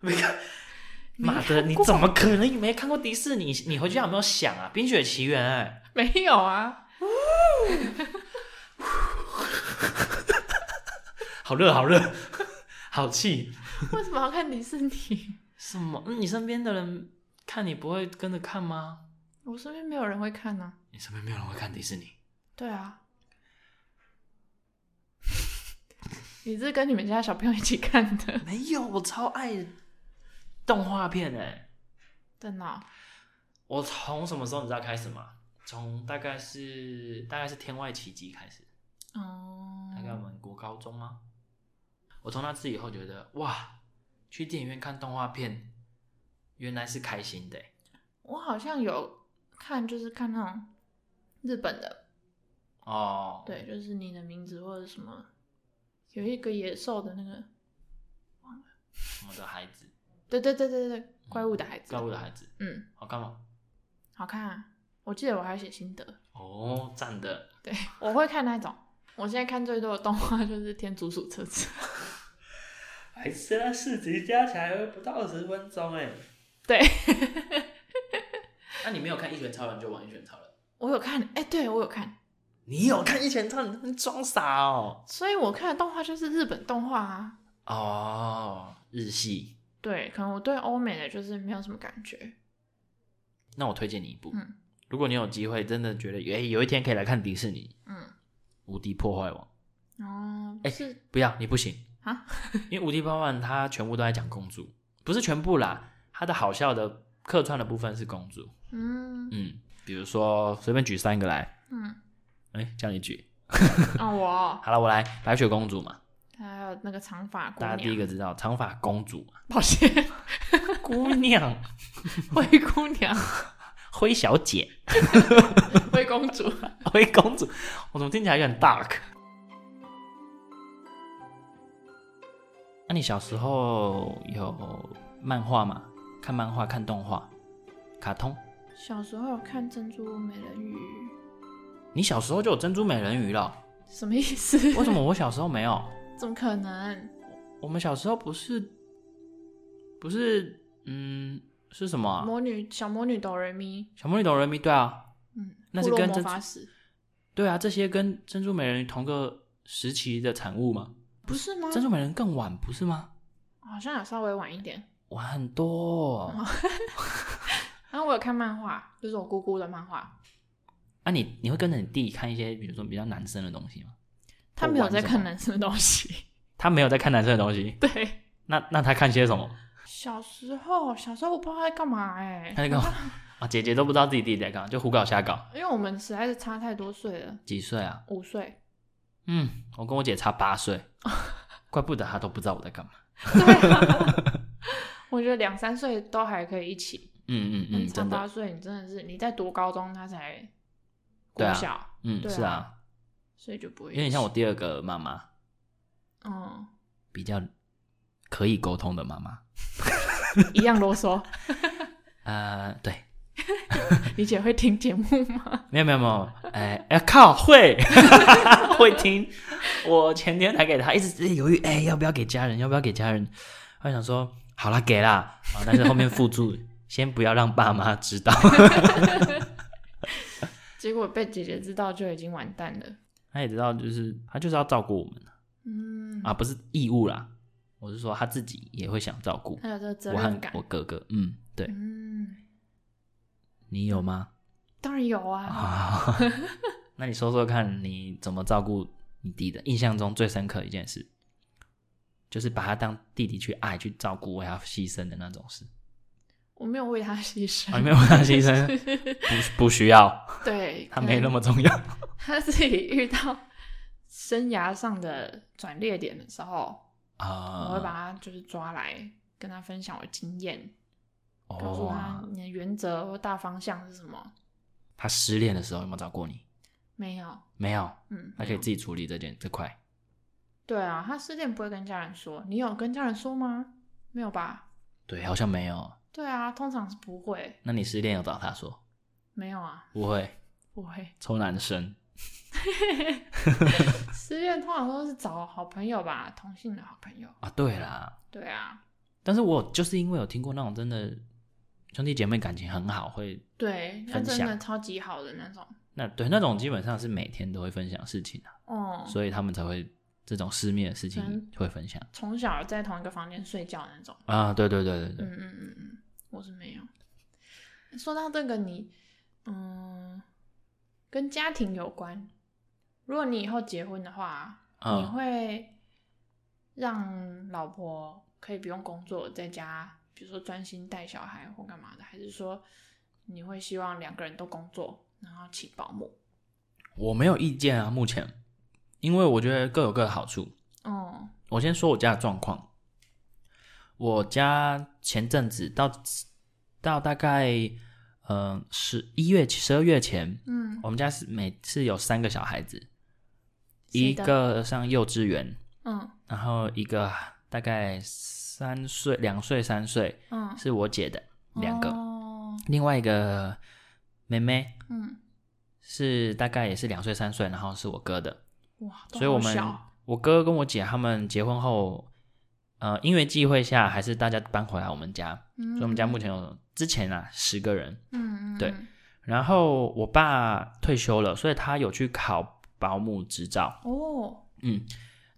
没看，没妈的，看你过怎么可能没看过迪士尼？你回家有没有想啊，《冰雪奇缘》哎， 没有啊，好热，好热， 好气。为什么要看迪士尼？什么？嗯你身边的人看你不会跟着看吗？ 我身边没有人会看啊呢、你身边没有人会看迪士尼？对啊， 你是跟你们家小朋友一起看的？没有，我超爱动画片哎、真的哦、我从什么时候你知道开始吗？从大概是大概是《天外奇迹》开始，哦大概我们国高中吗？我从那次以后觉得哇，去电影院看动画片原来是开心的欸、我好像有看，就是看那种日本的，哦。，对，就是你的名字或者什么，有一个野兽的那个，我们的孩子，嗯对对对对对对，怪物的孩子，怪物的孩子，哦嗯，好看吗？好看啊！我记得我还有写心 得，哦，赞的。对我会看那种。我现在看最多的动画就是《天竺鼠车子》，还是那四啊集加起来不到十分钟哎。对 那、你没有看《一拳超人》就玩《一拳超人》，我有看，哎、对我有看，你有看《一拳超人》你在那边装傻哦。所以我看的动画就是日本动画啊。哦，日系。对，可能我对欧美的就是没有什么感觉。那我推荐你一部，嗯如果你有机会，真的觉得哎、有一天可以来看迪士尼嗯， 《无敌破坏王》，哦，哎是不要你不行啊， 因为《无敌破坏王》它全部都在讲公主，不是全部啦，它的好笑的客串的部分是公主。嗯嗯，比如说随便举三个来，嗯，哎、叫你举。哦我哦好了，我来白雪公主嘛，还有那个长发姑大家娘，第一个知道长发公主嘛， 抱歉，姑娘， 灰姑娘、 灰小姐，灰公主，灰公主，我怎么听起来有点 dark？那、你小时候有漫画吗？看漫画、看动画、卡通？小时候有看《珍珠美人鱼》，你小时候就有珍珠美人鱼了？什么意思？为什么我小时候没有？怎么可能？我们小时候不是不是嗯是什么啊、魔女小魔女哆瑞咪，小魔女哆瑞咪对啊，嗯，那是库洛跟魔珍法使对啊，这些跟珍珠美人鱼同个时期的产物吗？不是吗？珍珠美人更晚不是吗？好像有稍微晚一点。晚很多、哦。然后我有看漫画，就是我姑姑的漫画，啊你，你会跟着你弟看一些，比如说比较男生的东西吗？她没有在看男生的东西。 他没有在看男生的东西，对，那那他看些什么？小时候小时候我不知道她在干嘛哎、他在干嘛？ 啊，姐姐都不知道自己弟弟在干嘛，就胡搞瞎搞。因为我们实在是差太多岁了，几岁啊？五 岁。嗯，我跟我姐差八岁，怪不得她都不知道我在干嘛。对啊，我觉得两三岁都还可以一起，嗯嗯但嗯，差真的八，岁你真的是你在读高中，他才国对啊小，嗯，对啊是啊，所以就不会有一起点像我第二个妈妈，嗯比较可以沟通的妈妈。一样啰嗦。 呃，对，你姐会听节目吗？ 没有没有没有，哎、哎、靠，会 会听。我前天才给他，一直一直犹豫，哎、要不要给家人？要不要给家人？我想说，好啦，给啦，啊，但是后面附注， 先不要让爸妈知道。 结果被姐姐知道就已经完蛋了。他也知道，就是他就是要照顾我们嗯，啊，不是义务啦，我是说他自己也会想照顾她有这个责我和任感我。哥哥。嗯，对嗯，你有吗？当然有啊。啊， 那你说说看，你怎么照顾你弟的？印象中最深刻一件事，就是把他当弟弟去爱、去照顾，为他牺牲的那种事。我没有为她牺牲，啊，你没有为他牺牲，不不需要， 对，他没那么。么重 要。他自己遇到生涯上的转捩点的时候，啊，嗯我会把他就是抓来跟他分享我的经验，告诉他哦，你的原则或大方向是什么。他失恋的时候有没有照顾你？没有，没有，嗯，他可以自己处理这件这块。对啊，他失恋不会跟家人说，你有跟家人说吗？没有吧？对，好像没有。对啊，通常是不会，那你失恋有找他说？没有啊，不会，不会。臭男生。失恋通常都是找好朋友吧，同性的好朋友。啊，对啦，对啊，但是我就是因为有听过那种真的兄弟姐妹感情很好，会对，那分真享的超级好的那种。那对那种基本上是每天都会分享事情啊，哦、所以他们才会这种私密的事情嗯会分享从小在同一个房间睡觉那种。啊。对对对对对，嗯嗯嗯嗯，我是没有。说到这个，你嗯，跟家庭有关。如果你以后结婚的话，你嗯，会让老婆可以不用工作，在家，比如说专心带小孩或干嘛的，还是说你会希望两个人都工作，然后请保姆？我没有意见啊，目前，因为我觉得各有各的好处。哦、我先说我家的状况。我家前阵子到到大概嗯十一月十二月前，嗯，我们家是每次有三个小孩子，一谁的，个上幼稚园，嗯然后一个大概三岁、两岁、三岁嗯，是我姐的两个，哦，另外一个妹妹嗯，是大概也是两岁、三岁，然后是我哥的。哇，都所以我好们小我哥跟我姐他们结婚后，呃，因为际会下，还是大家搬回来我们家，嗯，所以我们家目前有之前啊十个人，嗯，嗯对，然后我爸退休了，所以他有去考保姆执照。哦，嗯，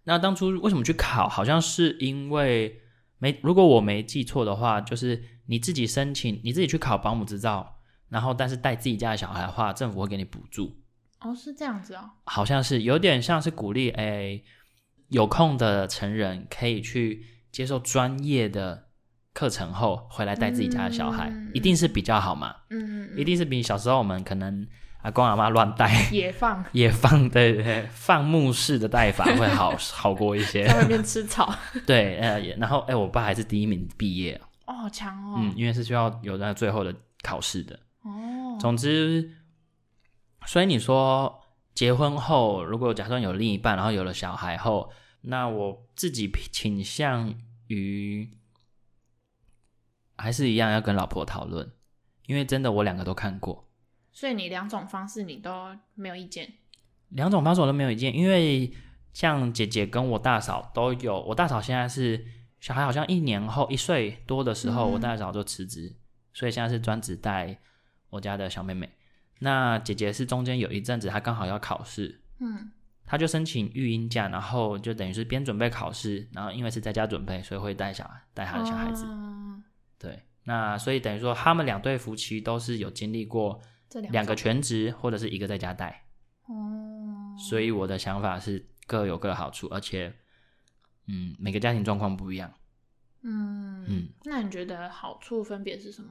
那当初为什么去考？好像是因为没，如果我没记错的话，就是你自己申请，你自己去考保姆执照，然后但是带自己家的小孩的话，政府会给你补助。哦，是这样子哦，好像是有点像是鼓励，哎、有空的成人可以去接受专业的课程后，回来带自己家的小孩，嗯一定是比较好嘛，嗯，嗯一定是比小时候我们可能阿公阿妈乱带 野放， 也放对对对放牧式的带法会好好过一些 在。外面吃草，对，呃，也然后哎、我爸还是第一名毕业，哦，好强哦，嗯，因为是需要有那最后的考试的。哦，总之，所以你说结婚后，如果假装有另一半，然后有了小孩后，那我自己倾向于还是一样要跟老婆讨论，因为真的我两个都看过，所以你两种方式你都没有意见，两种方式我都没有意见，因为像姐姐跟我大嫂都有，我大嫂现在是小孩好像一年后一岁多的时候，嗯我大嫂就辞职，所以现在是专职带我家的小妹妹。那姐姐是中间有一阵子她刚好要考试，嗯她就申请育婴假，然后就等于是边准备考试，然后因为是在家准备，所以会带小孩带她的小孩子。哦对，那所以等于说他们两对夫妻都是有经历过这两两个种全职或者是一个在家带。哦，所以我的想法是各有各的好处，而且，嗯，每个家庭状况不一样。嗯嗯那你觉得好处分别是什么？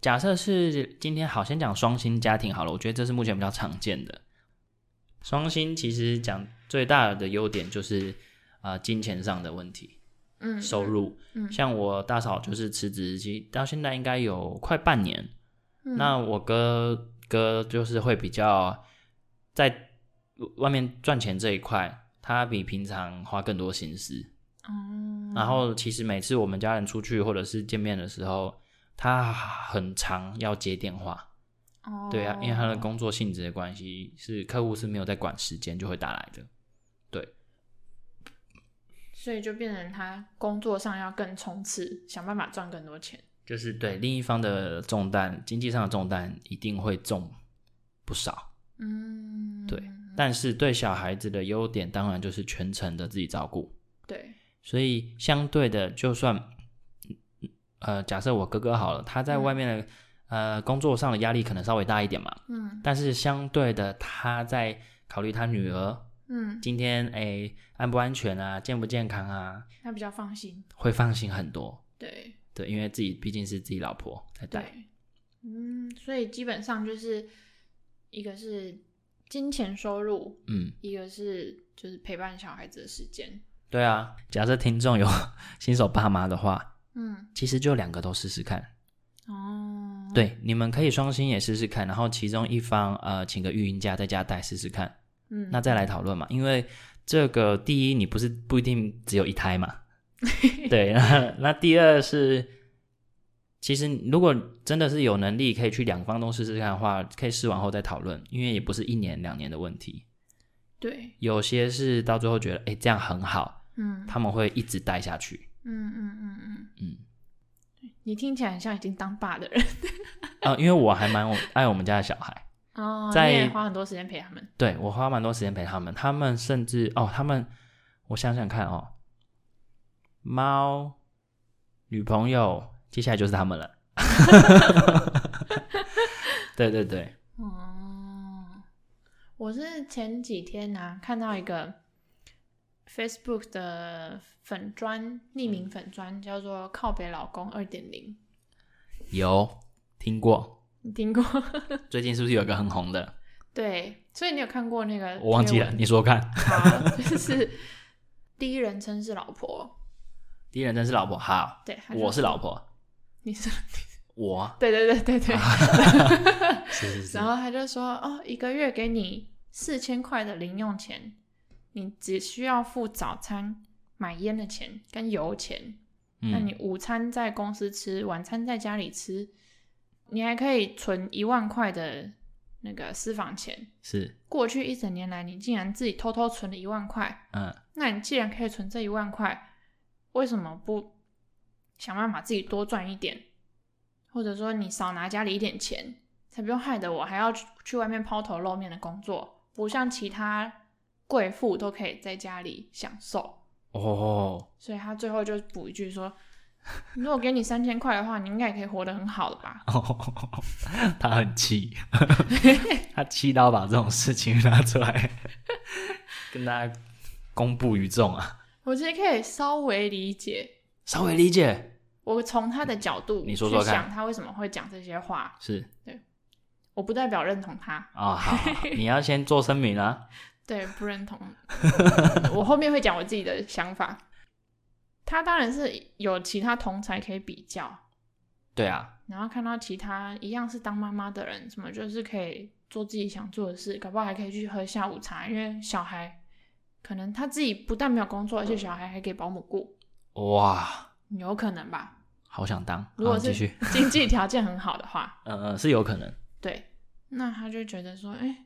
假设是今天好，先讲双薪家庭好了，我觉得这是目前比较常见的。双薪其实讲最大的优点就是啊、呃金钱上的问题，嗯，收入。嗯像我大嫂就是辞职期到现在应该有快半年，嗯那我哥哥就是会比较在外面赚钱这一块，他比平常花更多心思。哦，然后其实每次我们家人出去或者是见面的时候，他很常要接电话。哦对啊，因为他的工作性质的关系，是客户是没有在管时间就会打来的。所以就变成他工作上要更冲刺，想办法赚更多钱。就是对另一方的重担，经济上的重担一定会重不少。嗯，对但是对小孩子的优点，当然就是全程的自己照顾。对，所以相对的，就算呃，假设我哥哥好了，他嗯在外面的、呃工作上的压力可能稍微大一点嘛，嗯但是相对的，他在考虑他女儿嗯，今天哎安不安全啊，健不健康啊，他比较放心。会放心很多。对对，因为自己毕竟是自己老婆在带，对，嗯，所以基本上就是一个是金钱收入，嗯，一个是就是陪伴小孩子的时间。对啊。假设听众有 新手爸妈的话，嗯，其实就两个都试试看。哦，，对，你们可以双薪也试试看，然后其中一方呃请个育婴假在家带试试看，嗯，那再来讨论嘛。因为这个第一，你不是不一定只有一胎嘛，对。那那第二是，其实如果真的是有能力可以去两方都试试看的话，可以试完后再讨论，因为也不是一年两年的问题。对，有些是到最后觉得，哎、这样很好，嗯，他们会一直带下去。嗯嗯嗯嗯，嗯，你听起来很像已经当爸的人 啊，因为我还蛮我爱我们家的小孩，哦，在你也花很多时间陪他们。对我花蛮多时间陪他们，他们甚至哦，他们我想想看哦，猫、女朋友，接下来就是他们了。 对对对，哦，我是前几天啊看到一个 Facebook 的粉砖匿嗯名粉砖，叫做“靠北老公二点零有听过，”，你听过？ 最近是不是有一个很红的？对，所以你有看过那个？我忘记了，你说说看。好， 就是第一人称是老婆，第一人称是老婆，好，对，他就我是老，婆，你是，我对对对 对对。是是是然，后他就说：“哦，一个月给你四千块的零用钱，你只需要付早餐、买烟的钱跟油钱。那嗯你午餐在公司吃，晚餐在家里吃，你还可以存一万块的那个私房钱。是过去一整年来，你竟然自己偷偷存了一万块，嗯那你既然可以存这一万块，为什么不想办法自己多赚一点？或者说你少拿家里一点钱，才不用害得我还要去去外面抛头露面的工作，不像其他贵妇都可以在家里享受。哦，所以他最后就补一句说：“如果给你三千块的话，你应该也可以活得很好了吧 他很气，他气到把这种事情拿出来 跟大家公布于众啊。？”我其实可以稍微理解，稍微理解我从他的角度你说说去看想他为什么会讲这些话，是我不代表认同他，啊、哦，好，好 你要先做声明啊。对，不认 同。我后面会讲我自己的想法。他当然是有其他同才可以比较，对啊，然后看到其他一样是当妈妈的人，什么就是可以做自己想做的事，搞不好还可以去喝下午茶，因为小孩可能他自己不但没有工作，而且小孩还给保姆顾，哇，有可能吧？好想当。如果好是继续，经济条件很好的话，嗯嗯，是有可能。对，那他就觉得说，哎、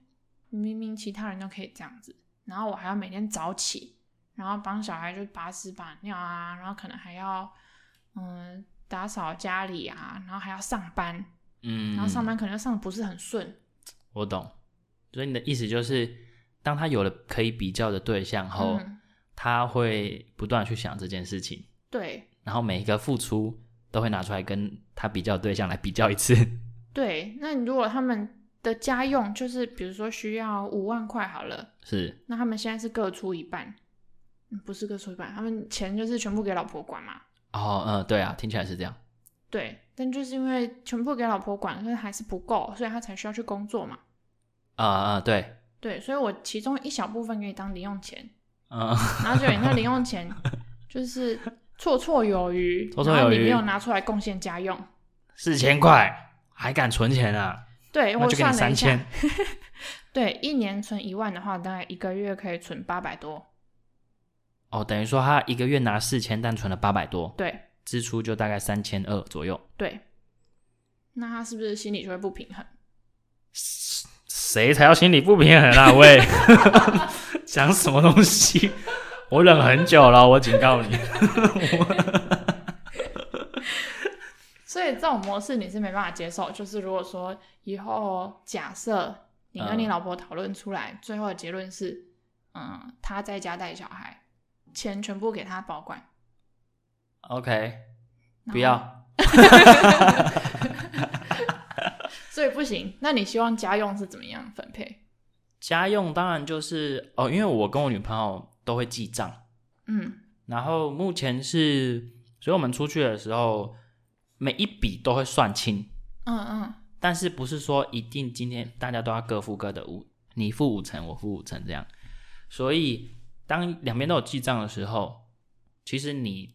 明明其他人都可以这样子，然后我还要每天早起，然后帮小孩就把屎把尿啊，然后可能还要嗯打扫家里啊，然后还要上班，嗯，然后上班可能又上的不是很顺，我懂。所以你的意思就是，当他有了可以比较的对象后，嗯，他会不断地去想这件事情，对然后每一个付出都会拿出来跟他比较的对象来比较一次。 对，那你如果他们的家用就是比如说需要五万块好了，是那他们现在是各出一半。嗯不是各出一半，他们钱就是全部给老婆管嘛。哦，嗯，对啊，听起来是这样。对，但就是因为全部给老婆管，但是还是不够，所以他才需要去工作嘛。啊、啊、对，对，所以我其中一小部分给你当零用钱，嗯、然后就你那零 用钱就是绰绰有余，绰绰然后有你余没有拿出来贡献家用。 四千块还敢存钱啊？对那我就给你算了三一下千，。 对，一年存一万的话，大概一个月可以存八百多。哦，等于说他一个月拿四千，但存了八百多，对支出就大概三千二左右。对，那他是不是心里就会不平衡？谁才要心理不平衡啊？ 喂，讲什么东西？我忍很久了，我警告你。所以这种模式你是没办法接受。就是如果说以后假设你跟你嗯老婆讨论出来，最后的结论是，嗯，她在家带小孩，钱全部给她保管， OK，然后不，要。所以不行。那你希望家用是怎么样分配？家用当然就是哦，因为我跟我女朋友都会记账，嗯然后目前是，所以我们出去的时候，每一笔都会算清，嗯嗯但是不是说一定今天大家都要各付各的五，你付五成，我付五成这样。所以当两边都有记账的时候，其实你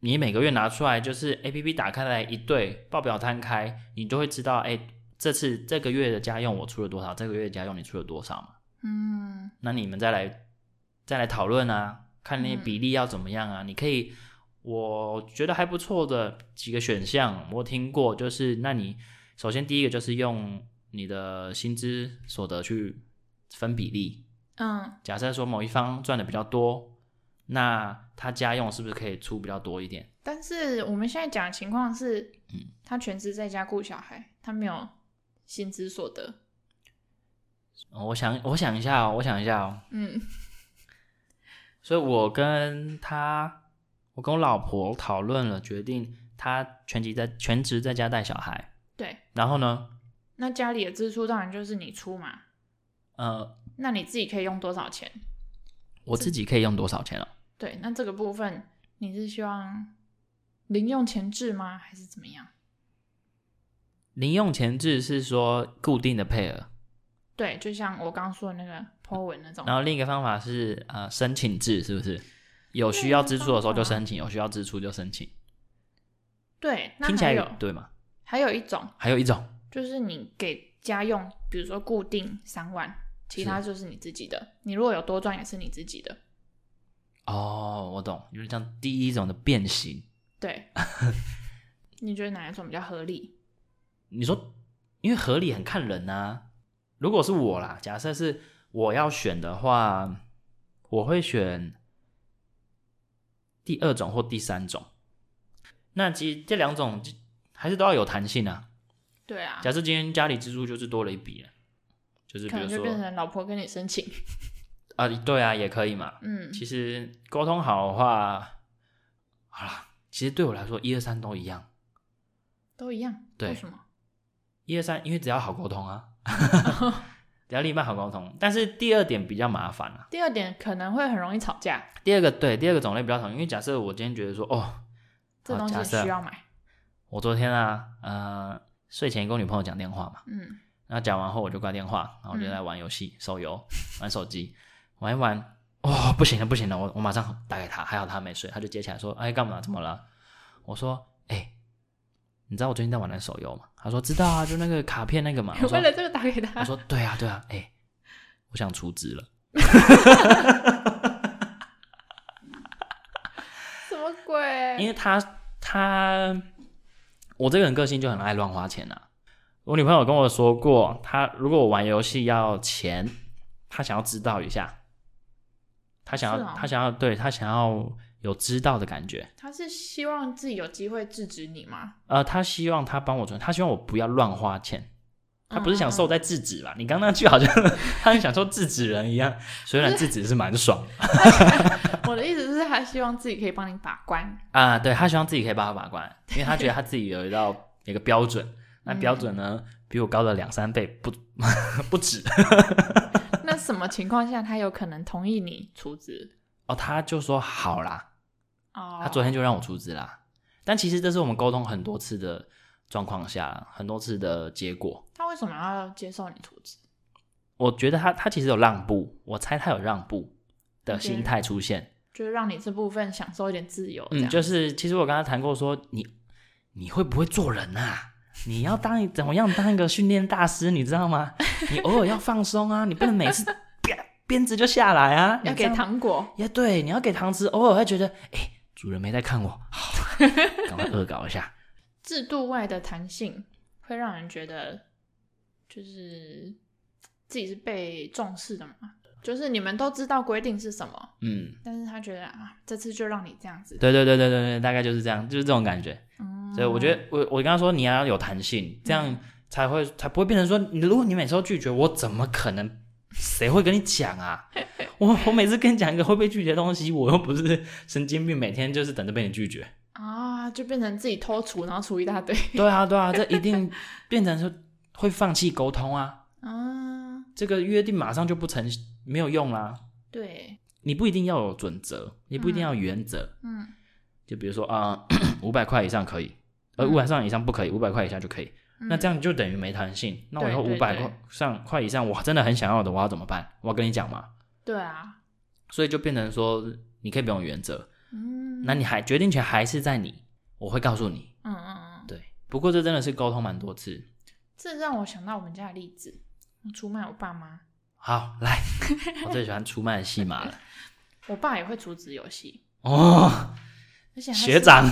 你每个月拿出来就是 A P P 打开来一对报表摊开，你就会知道，哎，这次这个月的家用我出了多少，这个月的家用你出了多少嘛。嗯那你们再来再来讨论啊，看那些嗯比例要怎么样啊？你可以，我觉得还不错的几个选项，我听过，就是那你首先第一个就是用你的薪资所得去分比例，嗯假设说某一方赚的比较多，那他家用是不是可以出比较多一点？但是我们现在讲的情况是，嗯他全职在家顾小孩，他没有薪资所得。哦我想，我想一下哦，我想一下哦。嗯，所以我跟他，我跟我老婆讨论了，决定他全职在全职在家带小孩。对。然后呢，那家里的支出当然就是你出嘛，呃，那你自己可以用多少钱？我自己可以用多少钱啊了、对，那这个部分你是希望零用钱制吗，还是怎么样？零用钱制是说固定的配额，对，就像我刚说的那个 po 文那种然，后另一个方法是呃申请制，是不是？有需要支出的时候就申请，有需要支出就申请，对，那听起还来有对吗？还有一种还有一种就是你给家用，比如说固定三万，其他就是你自己的，你如果有多赚也是你自己的，哦，我懂，有点像第一种的变形。 对。你觉得哪一种比较合理？你说，因为合理很看人啊。如果是我啦，假设是我要选的话，我会选第二种或第三种。那其实这两种就还是都要有弹性啊。对啊，假设今天家里支出就是多了一笔了，就是比可如能就变说成老婆跟你申请，啊，对啊，也可以嘛。嗯，其实沟通好的话，好啦，其实对我来说，一二三都一样。都一样。对为什么？一二三，因为只要好沟通 啊， 只要另一半好沟通。但是第二点比较麻烦啊。第二点可能会很容易吵架，第二个对，第二个种类比较少，因为假设我今天觉得说，哦，这好东假西设啊需要买。我昨天啊，呃，睡前跟我女朋友讲电话嘛，嗯，然后讲完后我就挂电话，然后我就嗯在玩游戏、手游、玩手机， 玩一玩，哦，不行了，不行了，我我马上打给她，还好她没睡，她就接起来说，哎，干嘛？怎么了？我说，哎，你知道我最近在玩那个手游吗？她说知道啊，就那个卡片那个嘛。我说 为了这个打给他我，说对啊，对啊，哎、我想出资了。什么鬼？因为他他我这个人个性就很爱乱花钱啊。我女朋友跟我说过，她如果我玩游戏要钱，她想要知道一下，她想是要、哦她想要对她想要有知道的感觉。他是希望自己有机会制止 你吗？呃，她希望她帮我存，她希望我不要乱花钱。她不是想受嗯在制止吧？你刚刚那句好像 她很享受制止人一样，虽然制止是蛮爽的嗯我的意思是，他希望自己可以帮你把关。啊、对她希望自己可以把她把关，因为她觉得她自己有一道一个标准，那标准呢、比我高了两三倍，不 不止。那什么情况下他有可能同意你出资？哦，他就说好啦，哦，他昨天就让我出资啦。但其实这是我们沟通很多次的状况下，很多次的结果。他为什么要接受你出资？我觉得他他其实有让步，我猜他有让步的你觉得心态出现。就是让你这部分享受一点自由，这嗯，样、就是其实我跟他谈过说，你你会不会做人啊？你要当一怎么样当一个训练大师，你知道吗？你偶尔要放松啊，你不能每次鞭鞭子就下来啊，你要这给样糖果。也对，你要给糖吃，偶尔会觉得，哎、主人没在看我，好赶快恶搞一下。制度外的弹性会让人觉得，就是自己是被重视的嘛。就是你们都知道规定是什么，嗯，但是他觉得啊，这次就让你这样子。对对对对对对，大概就是这样，就是这种感觉。嗯，所以我觉得，我我刚刚说你要有弹性，这样才会才不会变成说，你如果你每次都拒绝，我怎么可能？谁会跟你讲啊？我我每次跟你讲一个会被拒绝的东西，我又不是神经病，每天就是等着被你拒绝。啊，就变成自己偷除，然后除一大堆。 对啊对啊，这一定变成说会放弃沟通啊，啊，这个约定马上就不成没有用啦、对，你不一定要有准则，你不一定要有原则。嗯就比如说啊， 五百块以上可以，呃，嗯五百上以上不可以，五百块以下就可以。嗯那这样就等于没弹性。那我以后对五对百对块上块以上，我真的很想要的，我要怎么办？我要跟你讲嘛。对啊，所以就变成说，你可以不用有原则，嗯，那你还决定权还是在你，我会告诉你。嗯嗯嗯，对，不过这真的是沟通蛮多次。这让我想到我们家的例子，我出卖我爸妈，好，来， 我最喜欢出卖的戏码了。我爸也会阻止游戏，哦，而且他是学，长，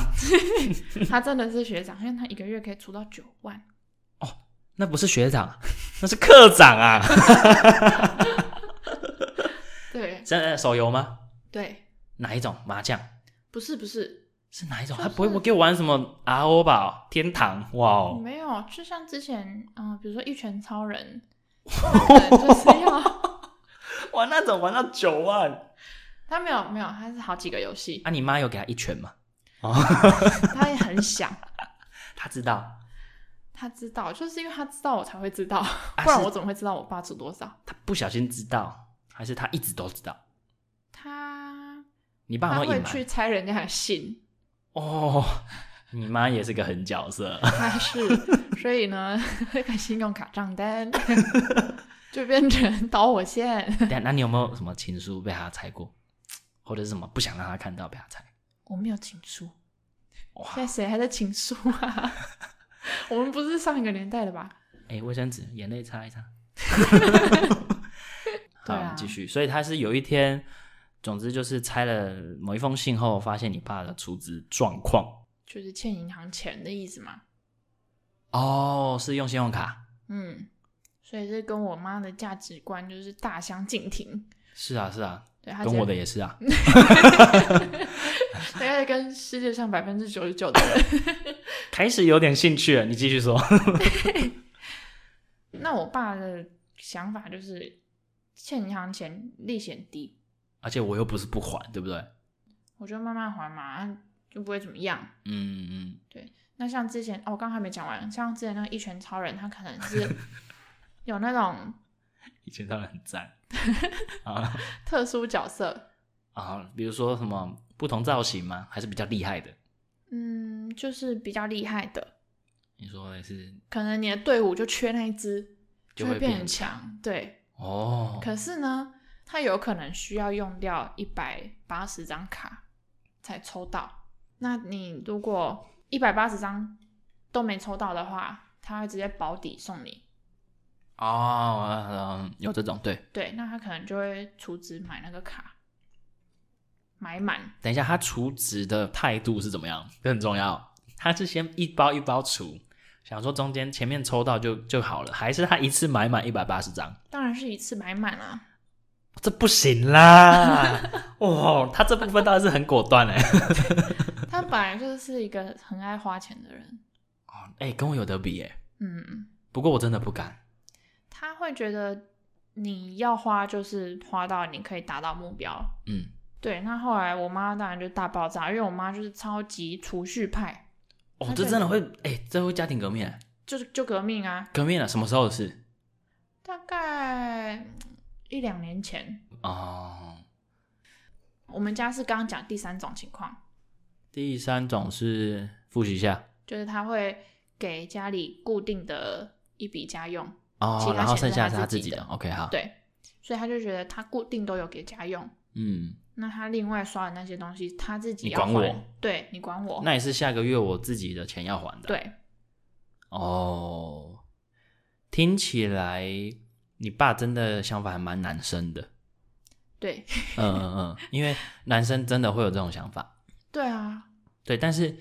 他真的是学长，因为他一个月可以出到九万，那不是学长，那是课长啊。 对呃真的手游吗？对，哪一种麻将？不是不是，是哪一种？就他不会是不给我玩什么 RO 吧哦？天堂哇哦！没有，就像之前，嗯、比如说一拳超 人，对，就是要 玩那种玩到九万，他没有没有，他是好几个游戏，啊，你妈有给他一拳吗？他也很想，他知道，他知道，就是因为他知道我才会知道， 啊不然是我怎么会知道我爸出多少？他不小心知道，还是他一直都知道？他你爸他有没有会啊隐瞒去？猜人家 的信，哦，你妈也是个狠角色。 他是，所以呢，那个信用卡账 单就变成导火线。等一下那你有没有什么情书被他猜过，或者是什么不想让他看到被他猜？我没有情书，哇现在谁还在情书啊？ 我们不是上一个年代的吧？哎、卫生纸，眼泪擦一 擦。好，对啊我们继续。所以他是有一天，总之就是拆了某一封信后，发现你爸的出资状况。就是欠银行钱的意思嘛。哦，是用信用卡。嗯，所以这跟我妈的价值观就是大相径庭。是啊，是啊，对，她跟觉我得的也是啊。大概跟世界上百分之九十九的人开始有点兴趣了，你继续说。 那我爸的想法就是，欠银行钱利息很低，而且我又不是不还，对不对？我就慢慢还嘛，啊就不会怎么样。嗯嗯，那像之前哦，我刚还没讲完，像之前那个一拳超人，他可能 是有那种以前他们很赞啊特殊角色，啊，比如说什么不同造型吗？还是比较厉害的？嗯，就是比较厉害的，你说的是可能你的队伍就缺那一只，就会会变变强。对，哦，可是呢，他有可能需要用掉一百八十张卡才抽到。那你如果一百八十张都没抽到的话，他会直接保底送你。哦，嗯，有这种对。对，那他可能就会出资买那个卡，买满。等一下，他除值的态度是怎么样？这很重要。他是先一包一包除，想说中间前面抽到就就好了，还是他一次买满一百八十张？当然是一次买满啊。这不行啦！ 哦，他这部分当然是很果断哎、他本来就是一个很爱花钱的人，哦，哎、跟我有得比哎、嗯，不过我真的不敢。他会觉得你要花就是花到你可以达到目标。嗯，对，那后来我妈当然就大爆炸，因为我妈就是超级储蓄派，哦他，这对真的会哎、这会家庭革命欸、就是就革命啊，革命了、什么时候的事？大概嗯一两年前，哦，我们家是刚刚讲第三种情况，第三种是复习一下就是他会给家里固定的一笔家用，其哦，他然后钱剩是下他是他自自己己的的。OK，好，对，所以他就觉得他固定都有给家用，嗯，那他另外刷的那些东西他自己你要还，管我对你管我，那也是下个月我自己的钱要还的。哦对，哦，听起来你爸真的想法还蛮男生的。对， 嗯嗯嗯，因为男生真的会有这种想法，对啊，对，但是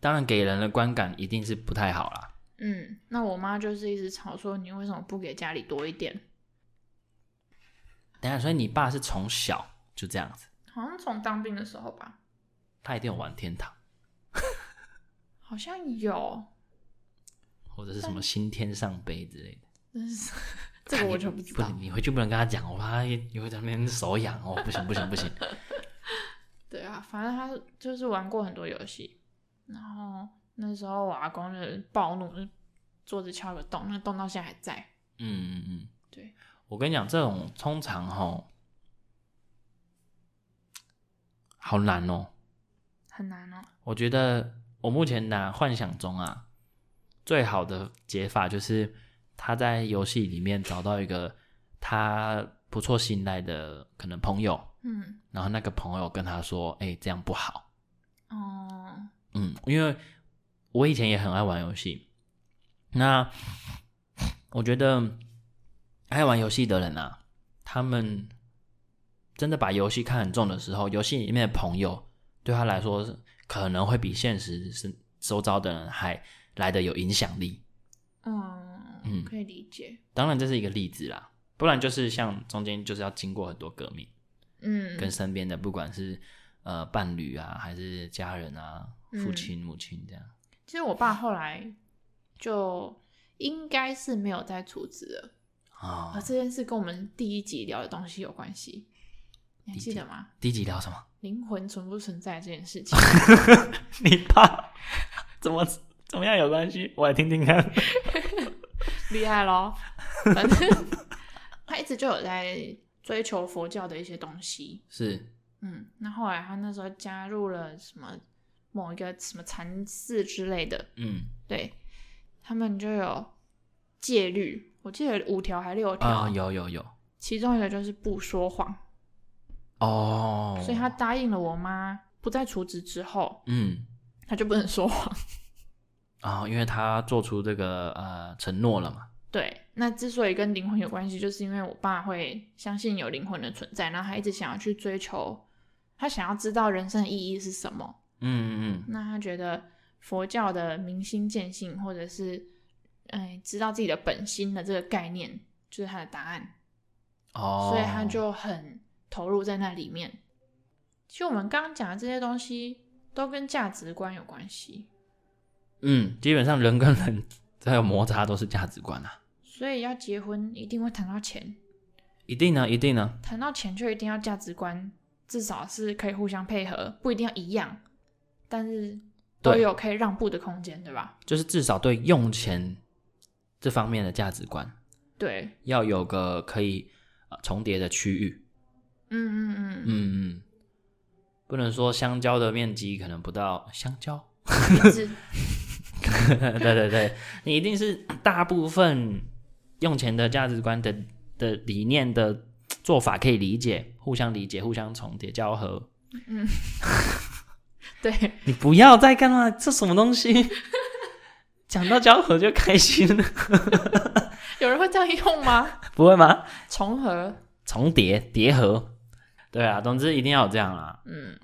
当然给人的观感一定是不太好啦。嗯，那我妈就是一直吵说你为什么不给家里多一点？等一下，所以你爸是从小就这样子，好像从当兵的时候吧，他一定有玩天堂好像有，或者是什么新天上杯之类的。但 是这个我就不知道不。你回去不能跟他讲，我怕他也会在那边手痒 哦，不行不行不行。对啊，反正他就是玩过很多游戏，然后那时候我阿公就是暴怒，就桌子敲个洞，那洞到现在还在。嗯嗯嗯，对，我跟你讲，这种通常吼，好难哦。很难哦。我觉得我目前拿幻想中啊，最好的解法就是他在游戏里面找到一个他不错信赖的可能朋友，嗯，然后那个朋友跟他说：“哎、这样不好。”哦，嗯，因为我以前也很爱玩游戏，那我觉得爱玩游戏的人啊，他们真的把游戏看很重的时候，游戏里面的朋友对他来说是可能会比现实是周遭的人还来的有影响力。嗯，嗯可以理解。当然这是一个例子啦，不然就是像中间就是要经过很多革命。嗯，跟身边的不管是呃伴侣啊，还是家人啊，父嗯亲、母亲这样。其实我爸后来就应该是没有再出资了，啊、而这件事跟我们第一集聊的东西有关系，你还记得吗？第一集聊什么？灵魂存不存在这 件事情，你爸怎么怎么样有关系？我来听听看。 厉害咯！反正他一直就有在追求佛教的一些东西，是嗯，那后来他那时候加入了什么某一个什么禅寺之类的，嗯对他们就有戒律，我记得五条还六条，啊、有有有其中一个就是不说谎，哦，所以他答应了我妈不再除职之后，嗯他就不能说谎。啊、因为他做出这个呃承诺了嘛。对，那之所以跟灵魂有关系，就是因为我爸会相信有灵魂的存在，然后他一直想要去追求，他想要知道人生的意义是什么。嗯嗯嗯那他觉得佛教的明心见性，或者是嗯、呃知道自己的本心的这个概念，就是他的答案，哦，所以他就很投入在那里面。其实我们刚刚讲的这些东西都跟价值观有关系，嗯，基本上人跟人还有摩擦都是价值观啊，所以要结婚一定会谈到钱，一定呢，一定呢。谈到钱就一定要价值观，至少是可以互相配合，不一定要一样，但是都对有可以让步的空间，对吧？就是至少对用钱这方面的价值观对，要有个可以、呃重叠的区域。嗯嗯嗯，嗯嗯，不能说香蕉的面积可能不到香蕉。一直 对对对，你一定是大部分用钱的价值观的的理念的做法可以理解，互相理解，互相重叠交合。对，你不要再干嘛？这什么东西？ 讲到交合就开心了，有人会这样用吗？ 不会吗？重合，重叠叠合，对啊，总之一定要有这样啦。嗯，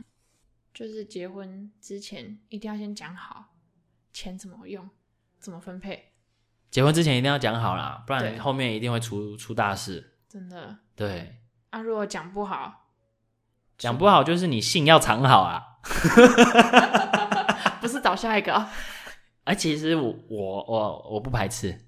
就是结婚之前一定要先讲好钱怎么用，怎么分配，结婚之前一定要讲好啦，不然对后面一定会出出大事。真的。对，啊，如果讲不好，讲不好就是你信要藏好啊。不是找下一个啊，哎、其实我我我我不排斥，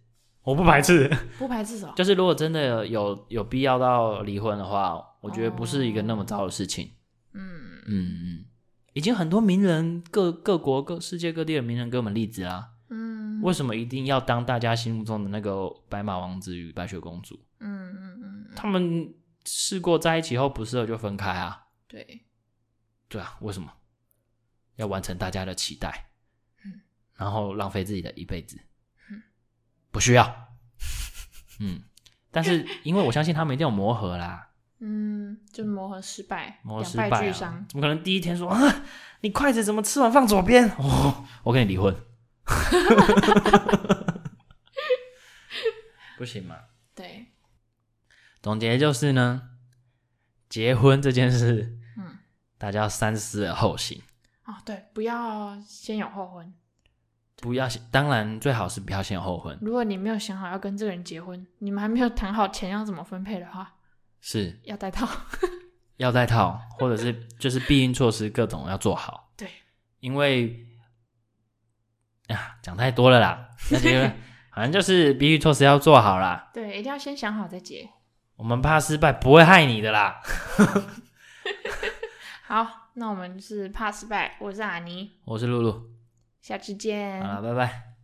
我不排斥，不排斥什么？就是如果真的有有必要到离婚的话，我觉得不是一个那么糟的事情。嗯，嗯嗯，已经很多名人各各国各世界各地的名人给我们例子啦。嗯，为什么一定要当大家心目中的那个白马王子与白雪公主？嗯嗯嗯，他们试过在一起后不适合就分开啊。对，对啊，为什么要完成大家的期待？嗯然后浪费自己的一辈子嗯？不需要。 嗯，但是因为我相信他们一定有磨合啦，嗯，就磨合失败，磨合两失败败、俱啊伤，，怎么可能第一天说啊，你筷子怎么吃完放左边？ 哦，我跟你离 婚，不行嘛？对，总结就是呢，结婚这件事，嗯，大家要三思而后行。哦，对，不要先有后婚。不要先，当然最好是不要先有后婚，如果你没有想好要跟这个人结婚，你们还没有谈好钱要怎么分配的话， 是要带套。要戴套，或者是 就是避孕措施各种要做好，对，因为啊讲太多了啦，那 结论好像就是避孕措施要做好啦， 对，一定要先想好再结。我们怕失败不会害你的啦，好，那我们是怕失败，我是阿尼，我是露露，下次见，好了，拜拜。